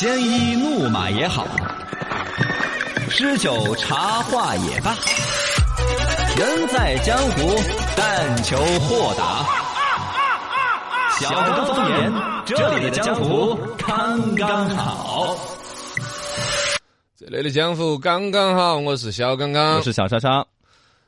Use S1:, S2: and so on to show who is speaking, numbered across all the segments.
S1: 鲜衣怒马也好，诗酒茶话也罢，人在江湖，但求豁达。小刚方言，这里的江湖刚刚好。
S2: 这里的江湖刚刚好，我是小刚刚，
S1: 我是小莎莎。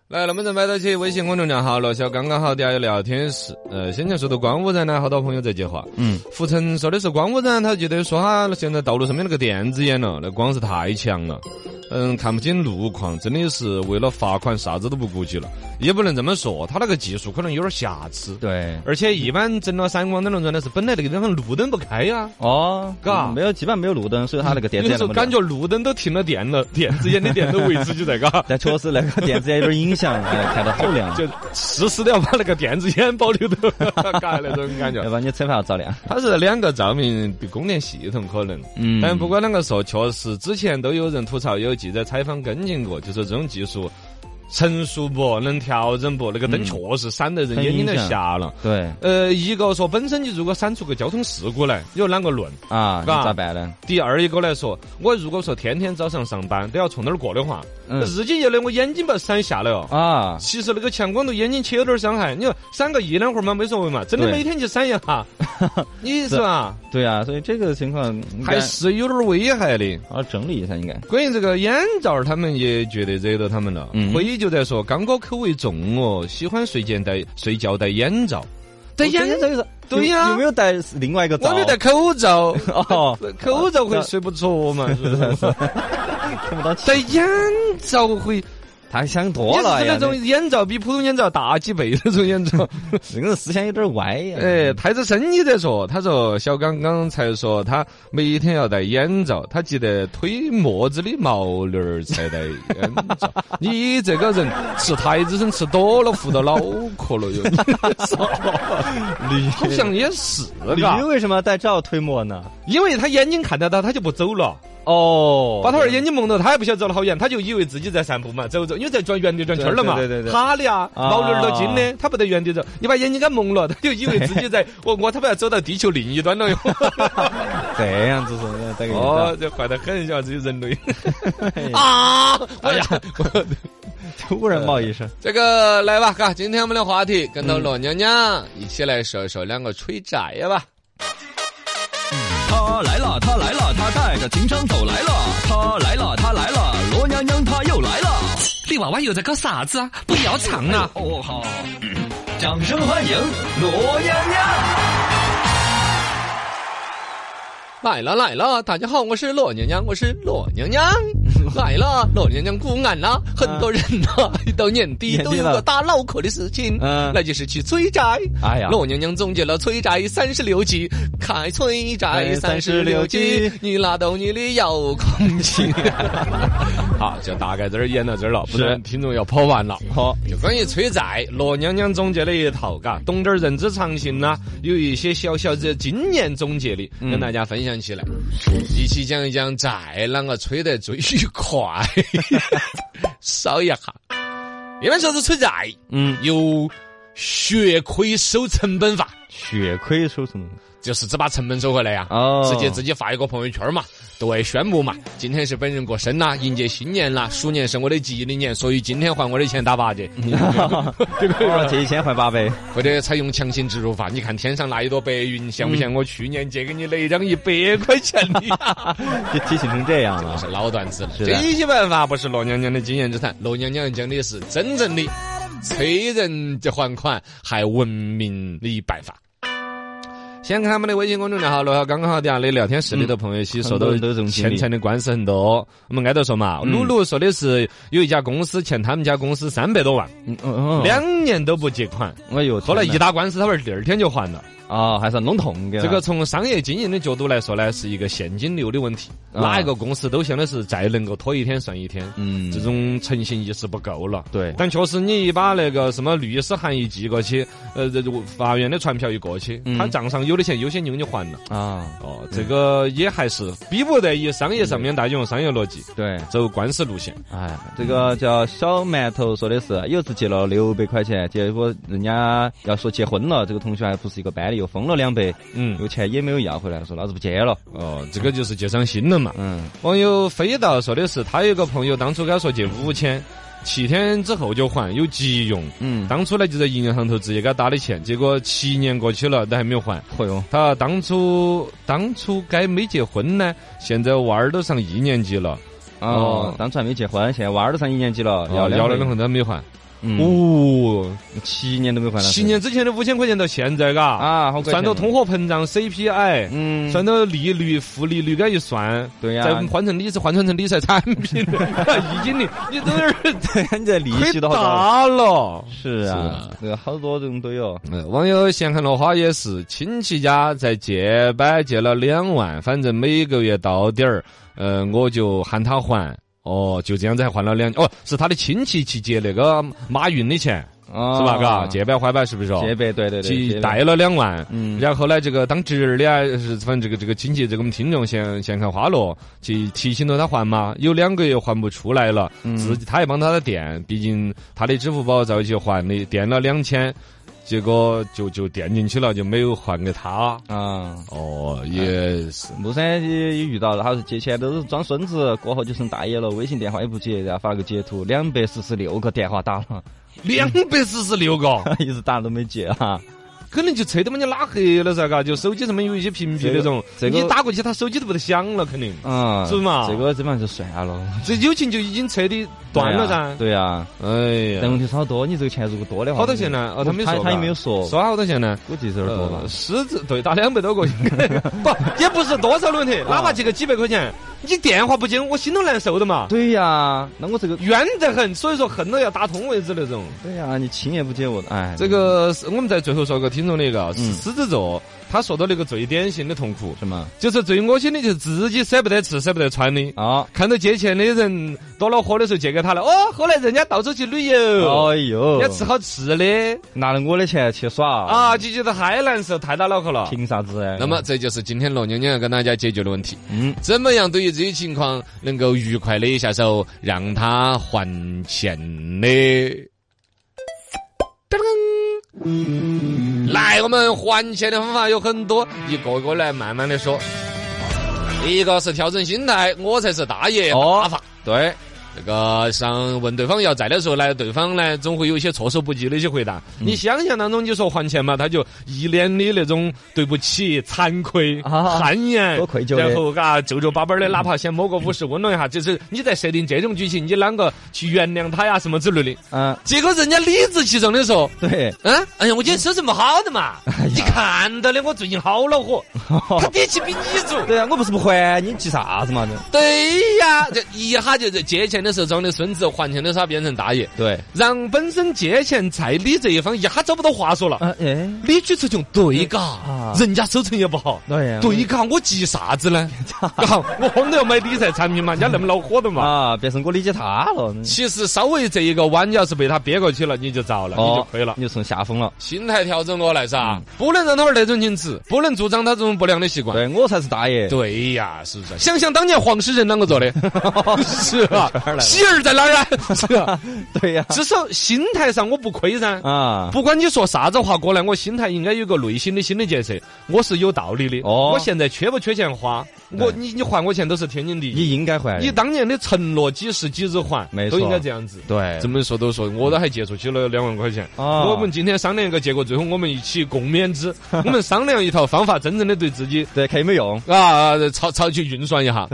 S2: 来，那么在买到起微信公众号“罗小刚刚好”底下有聊天室。呃，先前说到光污染呢，好多朋友在接话。
S1: 嗯，
S2: 福成说的是光污染，他觉得说哈，现在道路上面那个电子眼了，那光是太强了。嗯，看不清路况，真的是为了罚款啥子都不顾及了，也不能这么说，他那个技术可能有点瑕疵。
S1: 对，
S2: 而且一般整了闪光灯那种状态是本来那个地方路灯不开呀、
S1: 哦，
S2: 嘎
S1: 没有，基本上没有路灯，所以它那个电子
S2: 有
S1: 眼。
S2: 时候感觉路灯都停了电了，电子眼的电都维持就在嘎
S1: 但确实那个电子眼有点影响，哎看到好 亮，
S2: 就适时的要把那个电子烟保留 到，嘎那种感
S1: 要
S2: 觉。
S1: 不然你车牌要照亮。
S2: 它是两个照明的供电系统可能，
S1: 嗯
S2: 但不管啷个说，确实之前都有人吐槽，有记者采访跟进过，就说这种技术成熟不，能调整不，那个灯
S1: 嗯
S2: 确实闪得人
S1: 很
S2: 眼睛
S1: 影
S2: 都
S1: 响
S2: 瞎了。
S1: 对
S2: 呃，一个说本身你如果闪出个交通事故来，有啷个论？
S1: 啊，你
S2: 嘎
S1: 咋办呢？
S2: 第二一个来说，我如果说天天早上上班都要从那儿过的话，
S1: 嗯
S2: 日积月累我眼睛被闪瞎了哟。
S1: 啊，
S2: 其实那个强光对眼睛其实有点伤害，你说闪个一两会儿嘛没所谓嘛，真的
S1: 对
S2: 每天去闪一 下，你是吧？
S1: 对啊，所以这个情况应该
S2: 还是有点危害的。
S1: 好好整理一下，应该。
S2: 关于这个眼罩，他们也觉得惹到他们了。
S1: 嗯
S2: 回忆就在说，刚哥口味重哦，喜欢睡前戴睡觉戴眼罩，戴
S1: 我觉
S2: 眼
S1: 得
S2: 罩，
S1: 这个是
S2: 对呀
S1: 有有没有戴另外一个罩？
S2: 我没戴口罩，
S1: 哦，
S2: 口罩会睡不着嘛， 是不是？
S1: 看不到气。
S2: 戴眼罩会，
S1: 他想
S2: 也
S1: 多了
S2: 是
S1: 呀
S2: 那，种眼罩比普通眼罩大几倍的那种眼罩。
S1: 这个人思想有点歪呀。
S2: 哎，太子生意在说，他说小刚刚才说他每天要戴眼罩，他记得推磨子的毛驴儿才戴眼 罩。你这个人吃太子参吃多了，糊到脑壳了哟。
S1: 驴
S2: 好像也是
S1: 驴
S2: 嘎，
S1: 为什么要戴罩推磨呢？
S2: 因为他眼睛看得到，他就不走了。
S1: 哦
S2: 把他儿眼睛蒙到，他也不晓得走了好远，他就以为自己在散步嘛，走走，因为在转原地转圈儿了嘛，
S1: 对对对对
S2: 哈的啊，
S1: 啊
S2: 毛驴儿到金的，他不得原地走，你把眼睛给蒙了，他就以为自己 在，我我他妈要走到地球另一端了哟。
S1: 这样子说，戴个眼罩
S2: 哦，这坏得很，晓得自己人类
S1: 哎呀
S2: 啊！ 哎呀，
S1: 突然冒一声，
S2: 这个来吧，嘎，今天我们的话题跟到罗娘娘一起来说一说两个吹宅吧。
S3: 他来了，他来了，他带着情商走来了。他来了，他来了，罗娘娘她又来了。
S4: 你娃娃又在搞啥子啊？不要唱啊！
S3: 哦好，掌声欢迎罗娘娘。
S2: 来了来了，大家好，我是罗娘娘，我是罗娘 娘来了，罗娘娘过安啦，很多人呐、到年底
S1: 年底
S2: 都有
S1: 了
S2: 个打脑壳的事情，
S1: 嗯
S2: 那就是去催债。
S1: 哎呀
S2: 罗娘娘总结了催债三十六计，开催债
S1: 哎
S2: 三十六
S1: 36
S2: 计
S1: 计，
S2: 你拿到你的遥控器。 好，啊就大概这儿演到这儿了，不然听众要跑完了。
S1: 好，
S2: 就关于催债，罗娘娘总结了一套，嘎，懂点儿人之常情啦，有一些小小的经验总结的，跟大家分享起来，一起讲一讲债啷个催得最愉快。 稍一下，一般说是催债，
S1: 嗯，
S2: 有血亏收成本法，
S1: 血亏收什么？
S2: 就是只把成本收回来呀、
S1: 哦
S2: 直接自己发一个朋友圈嘛，对，宣布嘛，今天是本人过生啦，迎接新年啦，鼠年是我的吉利年，所以今天还我的钱打八折。
S1: 嗯这个借一千还八百，
S2: 或者采用强行植入法，你看天上那一朵白云，像不像我去年借给你那一张一百块钱的？
S1: 就提醒成这样
S2: 那
S1: 了。
S2: 是老段子了。
S1: 是的
S2: 这些办法不是罗娘娘的经验之谈，罗娘娘讲的是真正的催人家还款还文明的办法。先看我们的微信公众号“罗小刚刚好”底下的聊天室里头，朋友些
S1: 嗯
S2: 说
S1: 很多
S2: 到
S1: 人都有这种经历
S2: 欠钱的官司很多。我们挨着说嘛，
S1: 嗯
S2: 露露说的是有一家公司欠他们家公司三百多万，
S1: 嗯嗯，嗯，
S2: 两年都不结款，
S1: 哎呦，
S2: 后来一
S1: 天
S2: 打官司，他们第二天就还了。
S1: 哪啊，还是弄痛给
S2: 这
S1: 他
S2: 个从商业经营的角度来说呢，是一个现金流的问题。
S1: 啊
S2: 哪一个公司都想的是再能够拖一天算一天，
S1: 嗯
S2: 这种诚信意识不够了。
S1: 对
S2: 但确实，你一把那个什么律师函一寄过去，呃，这就法院的传票一过去，
S1: 嗯
S2: 他账上有的钱优先就给你还了。
S1: 啊，
S2: 哦，这个也还是逼不得已，商业上面大家用商业逻辑
S1: 对，
S2: 走官司路线。
S1: 哎，这个叫小馒头说的是，有次借了六百块钱，结果人家要说结婚了，这个同学还不是一个班里又封了两百，
S2: 嗯
S1: 有钱也没有要回来，说老子不接了。
S2: 哦，这个就是借上心了嘛。
S1: 嗯，
S2: 网友飞道说的是，他有个朋友当初跟他说借五千，七天之后就还，有急用。
S1: 嗯
S2: 当初呢就在银行头直接给他打的钱，结果七年过去了都还没有还。
S1: 嚯哟，
S2: 他当初当初该没结婚呢，现在娃儿都上一年级了，
S1: 哦
S2: 哦，
S1: 当初还没结婚，现在娃儿都上一年级了，要
S2: 要啊要了两份都还没还。
S1: 嗯，
S2: 哦，
S1: 七年都没还了，
S2: 七年之前的五千块钱到现在，嘎，
S1: 啊，好贵
S2: 算到
S1: 钱
S2: 通，货膨胀 CPI，
S1: 嗯，
S2: 算到利率、负利率该一算，
S1: 对呀
S2: 再换成理财，换算成理财产品， 易经理，你都有点
S1: 你这利
S2: 亏
S1: 息都好高。
S2: 大了。
S1: 是啊，这个好多人都有。
S2: 呃网友闲看落花也是，亲戚家在借呗借了两万，反正每个月到点儿，呃，我就喊他还。哦，就这样子还还了两，哦，是他的亲戚去借那个马云的钱，
S1: 啊，
S2: 是吧？嘎，借呗还呗是不是？哦？
S1: 借呗，对对对，
S2: 去
S1: 借呗
S2: 贷了两万，
S1: 嗯
S2: 然后呢，这个当侄儿的啊，是反正这个这个亲戚，这个我们听众先先看花落，去提醒了他还嘛，有两个月还不出来了，
S1: 嗯
S2: 自己他也帮他的垫，毕竟他的支付宝在一起还的，垫了两千，结果就就垫进去了，就没有还给他。
S1: 啊。
S2: 哦，也是，
S1: 木山也也遇到了，他说借钱都是装孙子，过后就成大爷了，微信电话也不接，然后发了个截图，两百四十六个电话打了，
S2: 两百四十六个，
S1: 一直打都没接啊。
S2: 可能就彻底把你拉黑了噻，嘎，就手机上面有一些屏蔽那种，
S1: 这个
S2: 你打过去，他手机都不得响了，肯定。
S1: 啊，
S2: 是嘛
S1: 这个基本上就算了，
S2: 这友情就已经彻底断了噻。
S1: 对呀，
S2: 哎呀
S1: 但，问题是好多，你这个钱如果多的话，
S2: 好多钱呢？哦，他没
S1: 他
S2: 说，
S1: 他也没有说，
S2: 说好多钱呢？
S1: 估计是有点多吧
S2: 呃。狮子对，打两百 多个，不也不是多少的问题，哪怕借个几百块钱，你电话不接，我心都难受的嘛，
S1: 对呀，那我这个，
S2: 冤得很，所以说恨到要打通为止那种。
S1: 对呀，你亲也不接我，哎，
S2: 这个是我们在最后说个听众的一个
S1: 嗯
S2: 是狮子座，他说到那个最典型的痛苦，
S1: 什么
S2: 就是最恶心的就是自己舍不得吃、舍不得穿的。
S1: 啊？
S2: 看到借钱的人多恼火的时候借给他了，哦，后来人家到处去旅游，
S1: 哎呦，
S2: 人家呃吃好吃的，
S1: 拿了我的钱去耍，
S2: 啊，就觉得太难受，太打脑壳了。
S1: 凭啥子哎？
S2: 那么这就是今天罗娘娘要跟大家解决的问题，
S1: 嗯，
S2: 怎么样对于自己情况能够愉快的下手，让他还钱呢？噔噔来，我们还钱的方法有很多，一个个来慢慢的说。第一个是调整心态，我才是大爷
S1: 哦
S2: 大法。
S1: 对，
S2: 那个上问对方要债的时候呢，对方呢总会有一些措手不及的一些回答。你想象当中你说还钱嘛，他就一脸的那种对不起、惭愧、
S1: 啊
S2: 汗颜
S1: 多愧，疚的
S2: 然后嘎皱皱巴巴的，哪怕先摸个五十温暖一下，就是你在设定这种剧情，你啷个去原谅他呀什么之类的。
S1: 嗯，
S2: 结果人家理直气壮的说。
S1: 对，
S2: 嗯，哎呀，我今天心情不好的嘛，嗯你看到的，我最近好恼 火，他底气比你足。
S1: 对啊呀，我不是不还，你急啥子嘛？这
S2: 对呀，这一下就是借钱的时候装的孙子，还钱的时候变成大爷，
S1: 对，
S2: 让本身借钱在理这一方一下找不到话说了。
S1: 啊，哎，
S2: 你举词穷，对嘎
S1: 啊，
S2: 人家收成也不好，
S1: 对呀
S2: 对嘎，我急啥子 呢？嘎，我慌着要买理财产品嘛，人家那么恼火的嘛。哦
S1: 啊，变成我理解他了，
S2: 其实稍微这一个弯，你要是被他憋过去了，你就遭了，你就亏了。嗯
S1: 你就成下风了。
S2: 哦心态调整过来噻，不能让他玩那种情子，不能助长他这种不良的习惯。
S1: 对我才是大爷，
S2: 对呀，是不是？想想当年黄世仁啷个做 的，是吧
S1: 哪儿来？的
S2: 喜儿在哪儿啊？是吧？
S1: 对呀，
S2: 至少心态上我不亏噻。
S1: 啊，
S2: 不管你说啥子话过来，我心态应该有个内心的心理建设，我是有道理的。
S1: 哦
S2: 我现在缺不缺钱花？我
S1: 对
S2: 你你还我钱都是天经地义。
S1: 你应该还，
S2: 你当年的承诺几时几日还
S1: 没，错
S2: 都应该这样子。
S1: 对
S2: 这么说都说，我都还借出去了两万块钱。
S1: 啊
S2: 我们今天商量一个结果，最后我们一起共勉之。 我们商量一套方法，真正的对自己
S1: 对，看有没有用？
S2: 啊，超超去运算一下。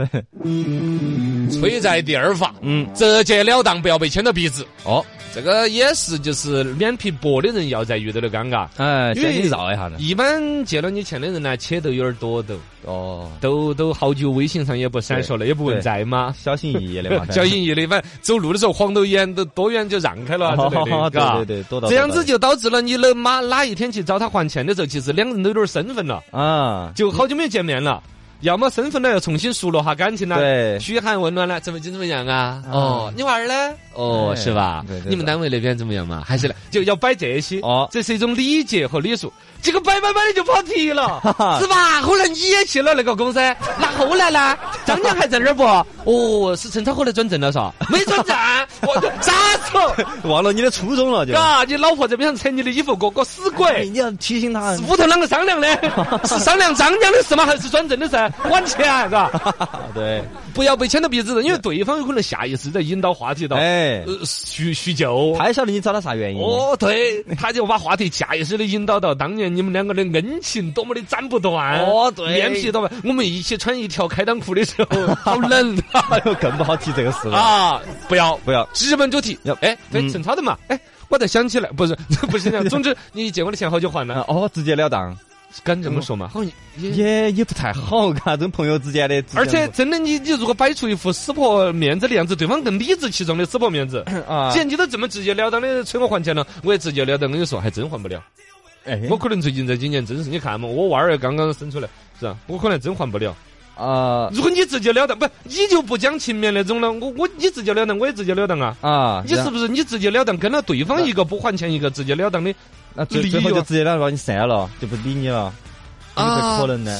S2: 催债第二法，
S1: 嗯
S2: 直截了当，不要被牵到鼻子。
S1: 哦，
S2: 这个也是，就是脸皮薄的人要在遇到的尴尬。
S1: 哎，
S2: 因
S1: 先
S2: 为
S1: 给你绕一下呢。
S2: 一般借了你钱的人呢，且都有点躲抖，
S1: 哦，
S2: 抖抖好久微信上也不闪烁了，也不问在 吗？
S1: 小心翼翼的嘛，
S2: 小心翼翼的，反正走路的时候晃到眼，都多远就让开 了啊之类
S1: 哦
S2: 的，嘎
S1: 对对对多到
S2: 这样子就导致了你的妈哪一天去找他还钱的时候，其实两个人都有点身份了。
S1: 啊，
S2: 就好久没有见面了。要么身份呢要重新熟络下感情呢，
S1: 对
S2: 嘘寒问暖呢，怎么怎么样啊？哦，你娃儿呢？哦，
S1: 哎
S2: 是吧
S1: 对对？对
S2: 你们单位那边怎么样嘛？还是来就要摆这些
S1: 哦
S2: 这是一种礼节和礼数。这个摆摆摆的就跑题了
S1: 哈，
S2: 是吧？后来你也去了那个 公司，那后来呢？张江还在那儿不？ 哦，是陈超后来转正了是吧？没转正，啊 我傻子。
S1: 忘了你的初衷了就。
S2: 嘎，你老婆在边上扯你的衣服，过过死过，
S1: 哎
S2: 鬼
S1: 你！要提醒他，
S2: 屋头啷个商 量的？是商量张扬的事吗？还是转正的事？管钱是吧？
S1: 对，
S2: 不要被牵到鼻子上，因为对方有可能下意识在引导话题到
S1: 哎，
S2: 呃叙叙旧。
S1: 他也晓得你找他啥原因。
S2: 哦，对，他就把话题下意识的引导到当年你们两个的恩情多么的斩不断。
S1: 哦对
S2: 面皮多么，我们一起穿一条开裆裤的时 候，好冷啊！
S1: 哎更不好提这个事了。
S2: 啊，不要
S1: 不要
S2: 直奔主题
S1: 要。
S2: 哎，对，
S1: 嗯
S2: 陈超的嘛，哎。我才想起来，不是 不是 这样。总之，你借我的钱好久还呢？
S1: 哦，直截了当，
S2: 敢这么说嘛？
S1: 嗯
S2: 好像也
S1: 也也不太好，嘎，这种朋友之间的，
S2: 而且真的，你你如果摆出一副撕破面子的样子，对方更理直气壮的撕破面子。
S1: 啊
S2: 既，然你都这么直截了当的催我还钱了，我也直截了当跟你说，还真还不了。
S1: 哎
S2: 我可能最近这几年真是，你看嘛，我娃儿刚刚生出来，是吧？我可能真还不了。
S1: 啊
S2: 如果你直截了当，不，你就不讲情面那种了。我我你直截了当，我也直截了当啊。
S1: 啊，
S2: 你是不是你直截了当跟了对方一个不还钱一个直截了当的？
S1: 那最最后就直接了把你删了，就不理你了，有
S2: 啊
S1: 没得可能呢？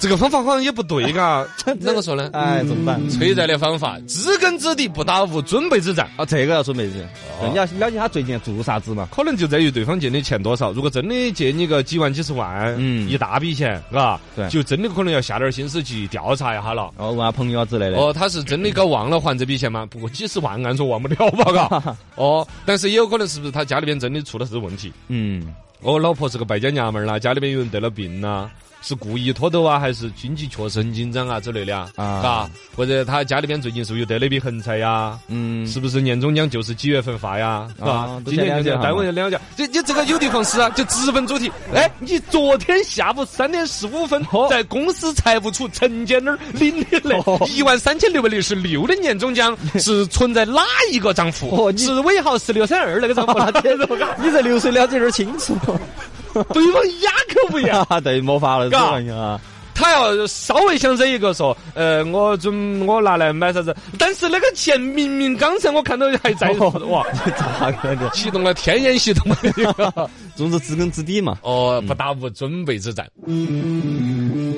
S2: 这个方法好像也不对 嘎，啊啷个说呢？
S1: 哎，怎么办？
S2: 催债的方法，知根知底不打无准备之战。
S1: 啊，这个要准备子，
S2: 哦
S1: 对你要了解他最近做啥子嘛？
S2: 可能就在于对方借你钱多少。如果真的借你个几万、几十万，
S1: 嗯
S2: 一大笔钱，嘎，
S1: 对
S2: 就真的可能要下点心思去调查一下了。
S1: 然后问下朋友啊之类的。
S2: 哦，他是真的搞忘了还这笔钱吗？不过几十万，按说忘不了吧， 嘎。哦，但是也有可能是不是他家里边真的出了是问题？
S1: 嗯，
S2: 哦，老婆是个败家娘们儿啦，家里边有人得了病啦、是故意拖抖啊，还是经济确实很紧张啊之类的啊？
S1: 啊
S2: 嘎，或者他家里边最近是不是又得了一笔横财啊呀？
S1: 嗯，
S2: 是不是年终奖就是几月份发呀？是吧
S1: 啊？都
S2: 今
S1: 想
S2: 年
S1: 了
S2: 就
S1: 解
S2: 是
S1: 哈
S2: 单位两奖，这你这个有的放矢啊！就直奔主题。哎，你昨天下午三点十五分
S1: 嗯哦
S2: 在公司财务处陈姐那儿领的那一万三千六百六十六的年终 奖是存在哪一个账户
S1: 哦？你？
S2: 是尾号是六三二那个账户 天哪我靠
S1: 你这流水了解点清楚。
S2: 对方哑口无言。
S1: 啊，对，没法了，这
S2: 嘎
S1: 玩意儿啊，
S2: 他要稍微想惹一个说，呃，我准我拿来买啥子，但是那个钱明明刚才我看到 还在，哎
S1: 哦
S2: 哇，
S1: 咋个的？
S2: 启动了天眼系统的一个。
S1: 总之知根知底嘛。
S2: 哦，不打无准备之战。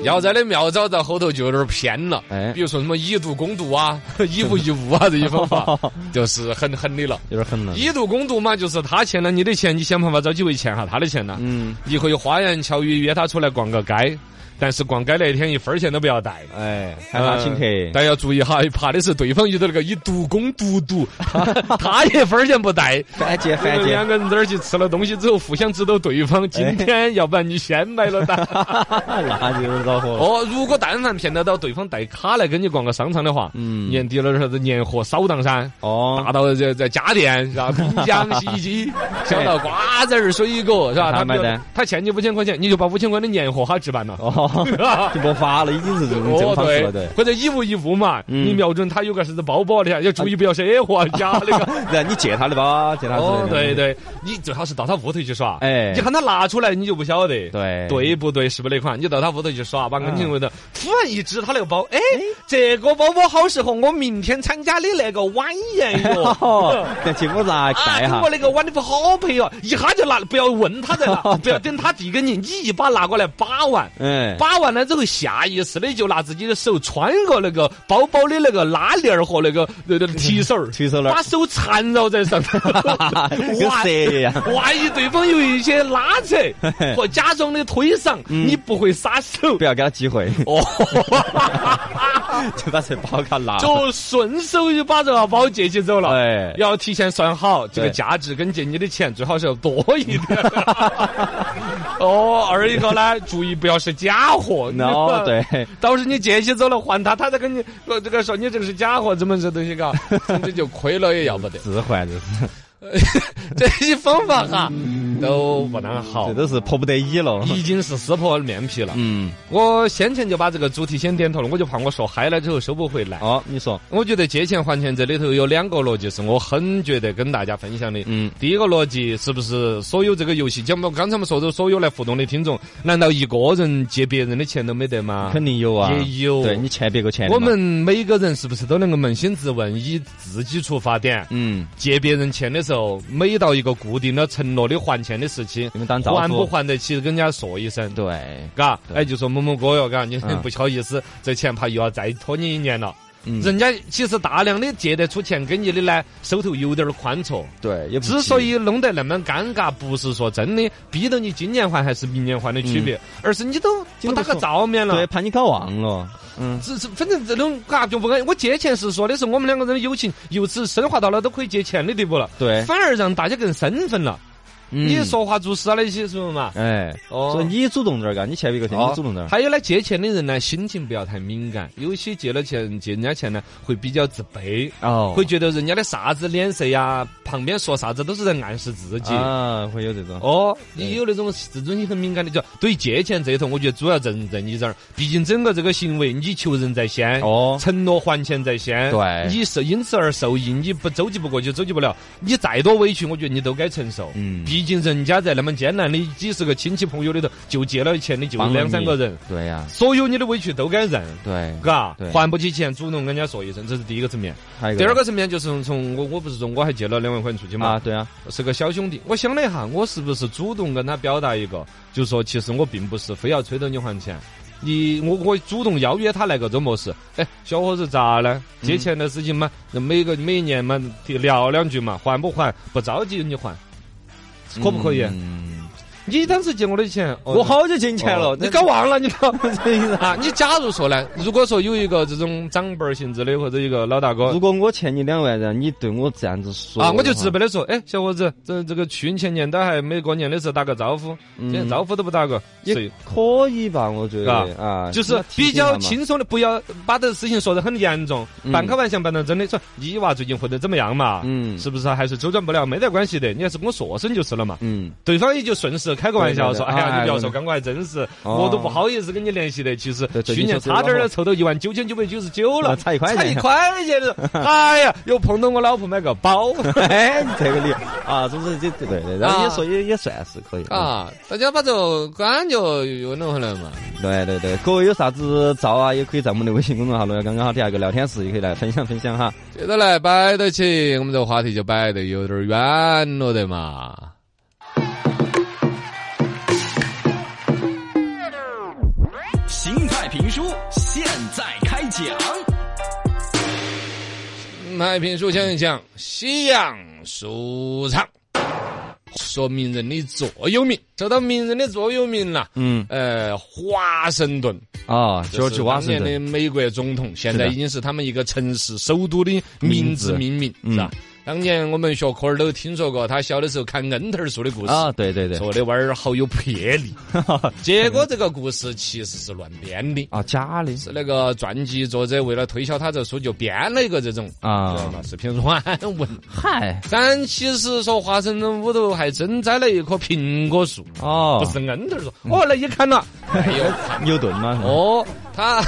S2: 要在的妙招在后头就有点偏了，
S1: 哎
S2: 比如说什么以毒攻毒啊、 以物易物啊这些方 法，就是很狠的了。
S1: 有点狠了。
S2: 以毒攻毒嘛，就是他欠了你的钱，你想办法找机会欠下他的钱呐、
S1: 嗯，
S2: 你可以花言巧语约他出来逛个街，但是逛街那天一分儿钱都不要带。
S1: 哎，害怕请客，
S2: 呃但要注意哈，怕的是对方遇到那个以毒攻毒毒，他 他一分儿钱不带，
S1: 反 接反接
S2: 两。个人在那儿去吃了东西之后，互相指导对方，今天要不然你先买 了单。
S1: 哎那就有点恼火了。
S2: 哦，如果但凡骗得到对方带卡来跟你逛个商场的话，
S1: 嗯
S2: 年底了啥子年货扫荡噻，
S1: 哦，
S2: 大到在在家电是吧？冰箱、洗 衣机，小到瓜子儿、水果是吧？
S1: 他
S2: 他
S1: 买
S2: 比如
S1: 单
S2: 他欠你五千块钱，你就把五千块的年货哈置办了。
S1: 哦，就没法了，已经是这种这种
S2: 哦，
S1: 方式了，
S2: 对
S1: 对，。
S2: 或者一物一物嘛，
S1: 嗯
S2: 你瞄准他有个啥子包包的，要注意不要惹祸，假 那个。
S1: 然后你借他的吧，借他之类的
S2: 哦，对对，你最好是到他屋头去耍，
S1: 哎
S2: 你喊他拿出来，你就不晓
S1: 对
S2: 得，
S1: 嗯
S2: 对不对？是不那款？你到他屋头去耍，把恩情问到，突然一指他那个包，哎，这个包包好适合我明天参加的那个晚宴哟。
S1: 哦，但去我拿
S2: 啊，
S1: 带一
S2: 跟
S1: 下
S2: 我。那个晚礼服好配哦！一下就拿，不要问他在 哪，
S1: 哦
S2: 不要等他递给你，你一把拿过来把玩，
S1: 嗯，
S2: 把完了之后，下意识的就拿自己的手穿过那个包包的那个拉链儿和那个 那个提手儿，
S1: 提手儿，
S2: 把手缠绕在 上头
S1: 跟蛇一样。
S2: 万一对方有一些拉扯和假装的推搡，
S1: 嗯
S2: 你不会撒手
S1: 不，要给他机会，
S2: 哦，
S1: 就把这包给他拿。
S2: 就顺手就把这个包借起走了。
S1: 哎，
S2: 要提前算好这个
S1: 对
S2: 价值跟借你的钱，最好是要多 一点。 哦，二一个呢，注意不要是假 货。
S1: no，对，
S2: 到时你借起走了还他，他再跟你说这个说你这个是假货，怎么这东 西嘎，这就亏了也要不得。
S1: 置换这是，
S2: 这些方法哈
S1: 嗯
S2: 都不啷好
S1: 这，都是迫不得已了。
S2: 已经是撕破面皮了。
S1: 嗯，
S2: 我先前就把这个主题先点头了，我就怕我说嗨了之后收不回来。
S1: 哦，你说，
S2: 我觉得借钱还钱这里头有两个逻辑是我很觉得跟大家分享的。
S1: 嗯，
S2: 第一个逻辑是不是所有这个游戏，讲我刚才我们说的所有来互动的听众，难道一个人借别人的钱都没得吗？
S1: 肯定有啊，
S2: 也有
S1: 对你欠别个钱的
S2: 我
S1: 嘛，
S2: 们每个人是不是都能够扪心自问，以自己出发点，
S1: 嗯，
S2: 借别人钱的时候，每到一个固定的承诺的还钱的时期
S1: 你，们当
S2: 还
S1: 丈夫，
S2: 不还得起，跟人家说一声，
S1: 对，
S2: 嘎，
S1: 对
S2: 哎，就说某某哥哟，嘎，你
S1: 嗯
S2: 不好意思，这钱怕又要再拖你一年了。人家其实大量的借得出钱给你的呢，手头有点儿宽绰。
S1: 对，也不
S2: 之所
S1: 急
S2: 以弄得那么尴尬，不是说真的逼到你今年还还是明年还的区别，而是你都不打个照面了
S1: 嗯对，。怕你搞忘了，嗯，
S2: 这这反正这种嘎就不安。我借钱是说的是我们两个人的友情，由此升华到了都可以借钱的地步了，
S1: 对，
S2: 反而让大家更生分了。你
S1: 嗯，
S2: 说话做事啊那些什么嘛？
S1: 哎，
S2: 哦
S1: 所以你主动点儿嘎，你欠别个钱，你主动点儿，
S2: 还有呢，借钱的人呢，心情不要太敏感。有些借了钱，借人家钱呢，会比较自卑，
S1: 哦
S2: 啊会觉得人家的啥子脸色呀，旁边说啥子都是在暗示自己。
S1: 啊，会有这种，
S2: 哦，
S1: 对
S2: 你有那种自尊心很敏感的，就对于借钱这一头，我觉得主要责任在你这儿。毕竟整个这个行为，你求人在先，
S1: 哦，
S2: 承诺还钱在先，
S1: 对
S2: 你受因此而受益，你不周济不过去，周济不了，你再多委屈，我觉得你都该承受。
S1: 嗯
S2: 毕竟人家在那么艰难的几十个亲戚朋友里头，就借了钱的就
S1: 帮了
S2: 两三个人，
S1: 对呀，
S2: 所有你的委屈都该认。
S1: 对，
S2: 嘎
S1: 对，
S2: 还不起钱，主动跟人家说一声，这是第一个层面。
S1: 还有一
S2: 第二个层面就是从从我我不是说我还借了两万块钱出去嘛，
S1: 啊，对啊，
S2: 是个小兄弟，我想了一下，我是不是主动跟他表达一个，就说其实我并不是非要催着你还钱，你我我主动邀约他来个周末是，哎，小伙子咋了？
S1: 嗯
S2: 借钱的事情嘛，那每个每一年嘛聊两句嘛，还不还不着急你还，可不可以？
S1: 嗯
S2: 你当时借我的钱，哦
S1: 我好久进钱
S2: 哦
S1: 了，
S2: 你
S1: 那
S2: 搞忘了你搞。
S1: 这意思。
S2: 啊，你假如说呢，如果说有一个这种长辈儿性质的或者一个老大哥
S1: 如，果我欠你两万，然后你对我这样子说
S2: 啊，我就直
S1: 直
S2: 白的说，哎，小伙子，这这个去年前年都还没过年的时候打个招呼，
S1: 嗯
S2: 现在招呼都不打个，所
S1: 也
S2: 以
S1: 可以吧？我觉得
S2: 啊
S1: 啊，
S2: 就是
S1: 那提
S2: 比
S1: 醒他
S2: 较
S1: 嘛
S2: 轻松的，不要把这个事情说得很严重，
S1: 嗯
S2: 半开玩笑，半当真的说你娃最近混得怎么样嘛？
S1: 嗯
S2: 是不啊是还是周转不了？没得关系的，你还是跟我说声就是了嘛。
S1: 嗯，
S2: 对方也就顺势开个玩笑
S1: 对对
S2: 说：“
S1: 对
S2: 哎呀，
S1: 哎
S2: 你不要说，
S1: 对
S2: 刚刚还真是，
S1: 哦
S2: 我都不好意思跟你联系的。其实
S1: 对对
S2: 去年
S1: 你说对
S2: 差点儿凑到一万九千九百九十九了，
S1: 啊差一块钱
S2: 差一块钱了。哎呀，又碰到我老婆买个包。”
S1: 哎，你这个理啊，总之这对对，然后也
S2: 啊
S1: 说也也算是可以，
S2: 啊，大家把这个感觉又弄回来嘛。
S1: 对对对，各位有啥子照啊，也可以在我们的微信公众号“罗阳刚刚好”底下有个聊天室，也可以来分享分享哈。
S2: 接着来摆得起，我们这个话题就摆得有点远了的嘛。
S5: 心态评书现在开讲。
S2: 买评书讲一讲西洋书场，说名人的座右铭，说到名人的座右铭啦。
S1: 嗯，
S2: 呃，华盛顿，
S1: 啊，
S2: 就
S1: 乔
S2: 是
S1: 治华
S2: 当
S1: 盛
S2: 年的
S1: 顿，
S2: 美国总统，现
S1: 是
S2: 在
S1: 的
S2: 已经是他们一个城市首都的名字
S1: 名字
S2: 命名，
S1: 嗯
S2: 是吧？当年我们学科儿都听说过他小的时候砍恩特儿树的故事
S1: 啊，对对对，
S2: 说的娃儿好有魄 力。结果这个故事其实是乱编的，
S1: 啊，假的
S2: 是那个传记作者为了推销他这书，就编了一个这种。知道
S1: 啊，
S2: 吧？是篇软文，
S1: 嗨，
S2: 但其实说华盛顿屋头还真栽了一棵苹果树，
S1: 哦
S2: 不，是恩头树。哦，那一看了，哎呦，
S1: 牛顿吗？
S2: 哦，他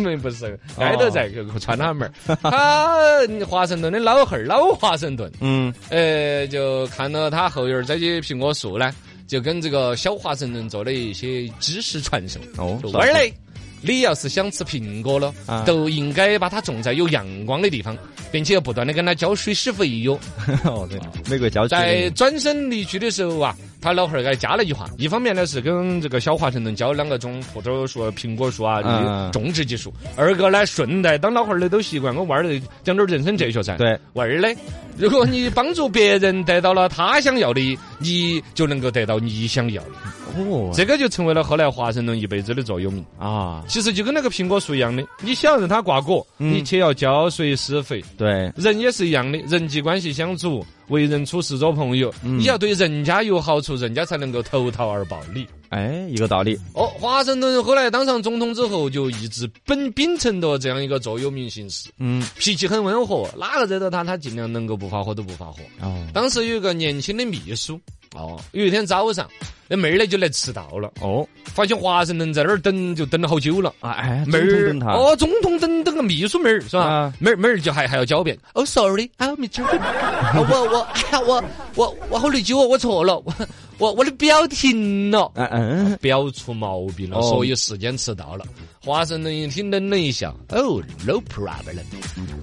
S2: 没不是，挨着在川他们儿。他华盛顿的老汉儿老华盛顿，
S1: 嗯，
S2: 呃，就看到他后院儿栽起苹果树呢，就跟这个小华盛顿做了一些知识传授。
S1: 哦
S2: 说娃儿嘞，你要是想吃苹果了，
S1: 啊
S2: 都应该把它种在有阳光的地方，并且要不断的跟它浇水施肥哟。
S1: 哦，对，美国郊区
S2: 在
S1: 的，
S2: 转身离去的时候啊，他老汉儿给他加了一句话，一方面呢是跟这个小华盛顿教两个种葡萄树、苹果树啊，
S1: 嗯
S2: 种植技术；二个呢，顺带当老汉儿的都习惯我娃儿的讲点儿人生哲学噻。
S1: 对，
S2: 娃儿嘞，如果你帮助别人得到了他想要的，你就能够得到你想要的。
S1: 哦，
S2: 这个就成为了后来华盛顿一辈子的座右铭。
S1: 啊，
S2: 其实就跟那个苹果树一样的，你想让它挂果，
S1: 嗯
S2: 你且要浇水施肥。
S1: 对，
S2: 人也是一样的，人际关系相处，为人处事做朋友，
S1: 嗯
S2: 你要对人家有好处，人家才能够投桃而报李。
S1: 哎，一个道理，
S2: 哦，华盛顿后来当上总统之后，就一直本秉承着这样一个座右铭行事，
S1: 嗯，
S2: 脾气很温和，哪个惹到他，他尽量能够不发火都不发火。
S1: 哦，
S2: 当时有一个年轻的秘书，哦，有一天早上，那妹儿呢就来迟到了，
S1: 哦，
S2: 发现华盛顿在那儿等，就等了好久了。
S1: 啊，哎，
S2: 妹
S1: 总统
S2: 儿
S1: 等他，
S2: 哦，总统等等个秘书妹儿是吧
S1: 啊？
S2: 妹儿妹儿就还还要狡辩。哦，sorry，I'm Mr. 我我哎呀我我我好内疚哦，我错了，我我我的表停了，
S1: 嗯嗯，
S2: 表出毛病了，
S1: 哦
S2: 所以时间迟到了。华盛顿一听愣了一下，哦，no problem，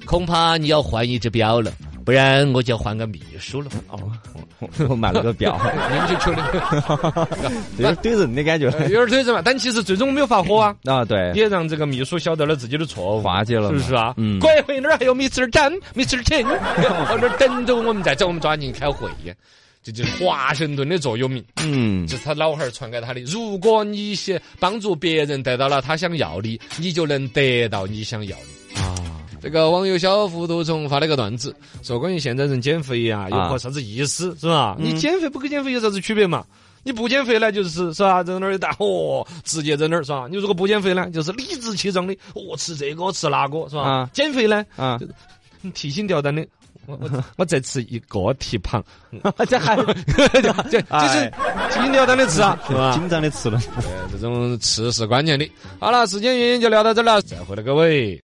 S2: 恐怕你要换一只表了。不然我就换个秘书了。哦，
S1: 我买了个表，
S2: 你们就去了，
S1: 有点怼人的感觉
S2: 有点推着嘛。但其实最终没有发火 啊，
S1: 啊，对，
S2: 也让这个秘书晓得了自己的错误，
S1: 化解了
S2: 是
S1: 嘛，
S2: 不是啊？
S1: 嗯，
S2: 过一会那儿还有 Mr. Dan、Mr. Chen，我这儿等着我们再走，我们抓紧开会。这就是华盛顿的座右铭，
S1: 嗯，
S2: 这是他老汉儿传给他的。如果你想帮助别人得到了他想要的，你就能得到你想要的。
S1: 啊，
S2: 这个网友小糊涂虫发了个段子，说关于现在人减肥啊，有个啥子意思是吧？
S1: 嗯
S2: 你减肥不跟减肥有啥子区别嘛？你不减肥呢，就是是吧，在那儿一大哦，直接在那儿是吧？你如果不减肥呢，就是理直气壮的，哦，吃这个吃那个是吧？
S1: 啊
S2: 减肥呢，
S1: 啊，
S2: 提心吊胆的。我 我我再吃一个蹄 膀，
S1: 这还
S2: 这就是提心吊胆的吃啊，是吧？
S1: 紧张的吃了。
S2: 对这种吃是关键的。好了，时间原因就聊到这儿了，再会了各位。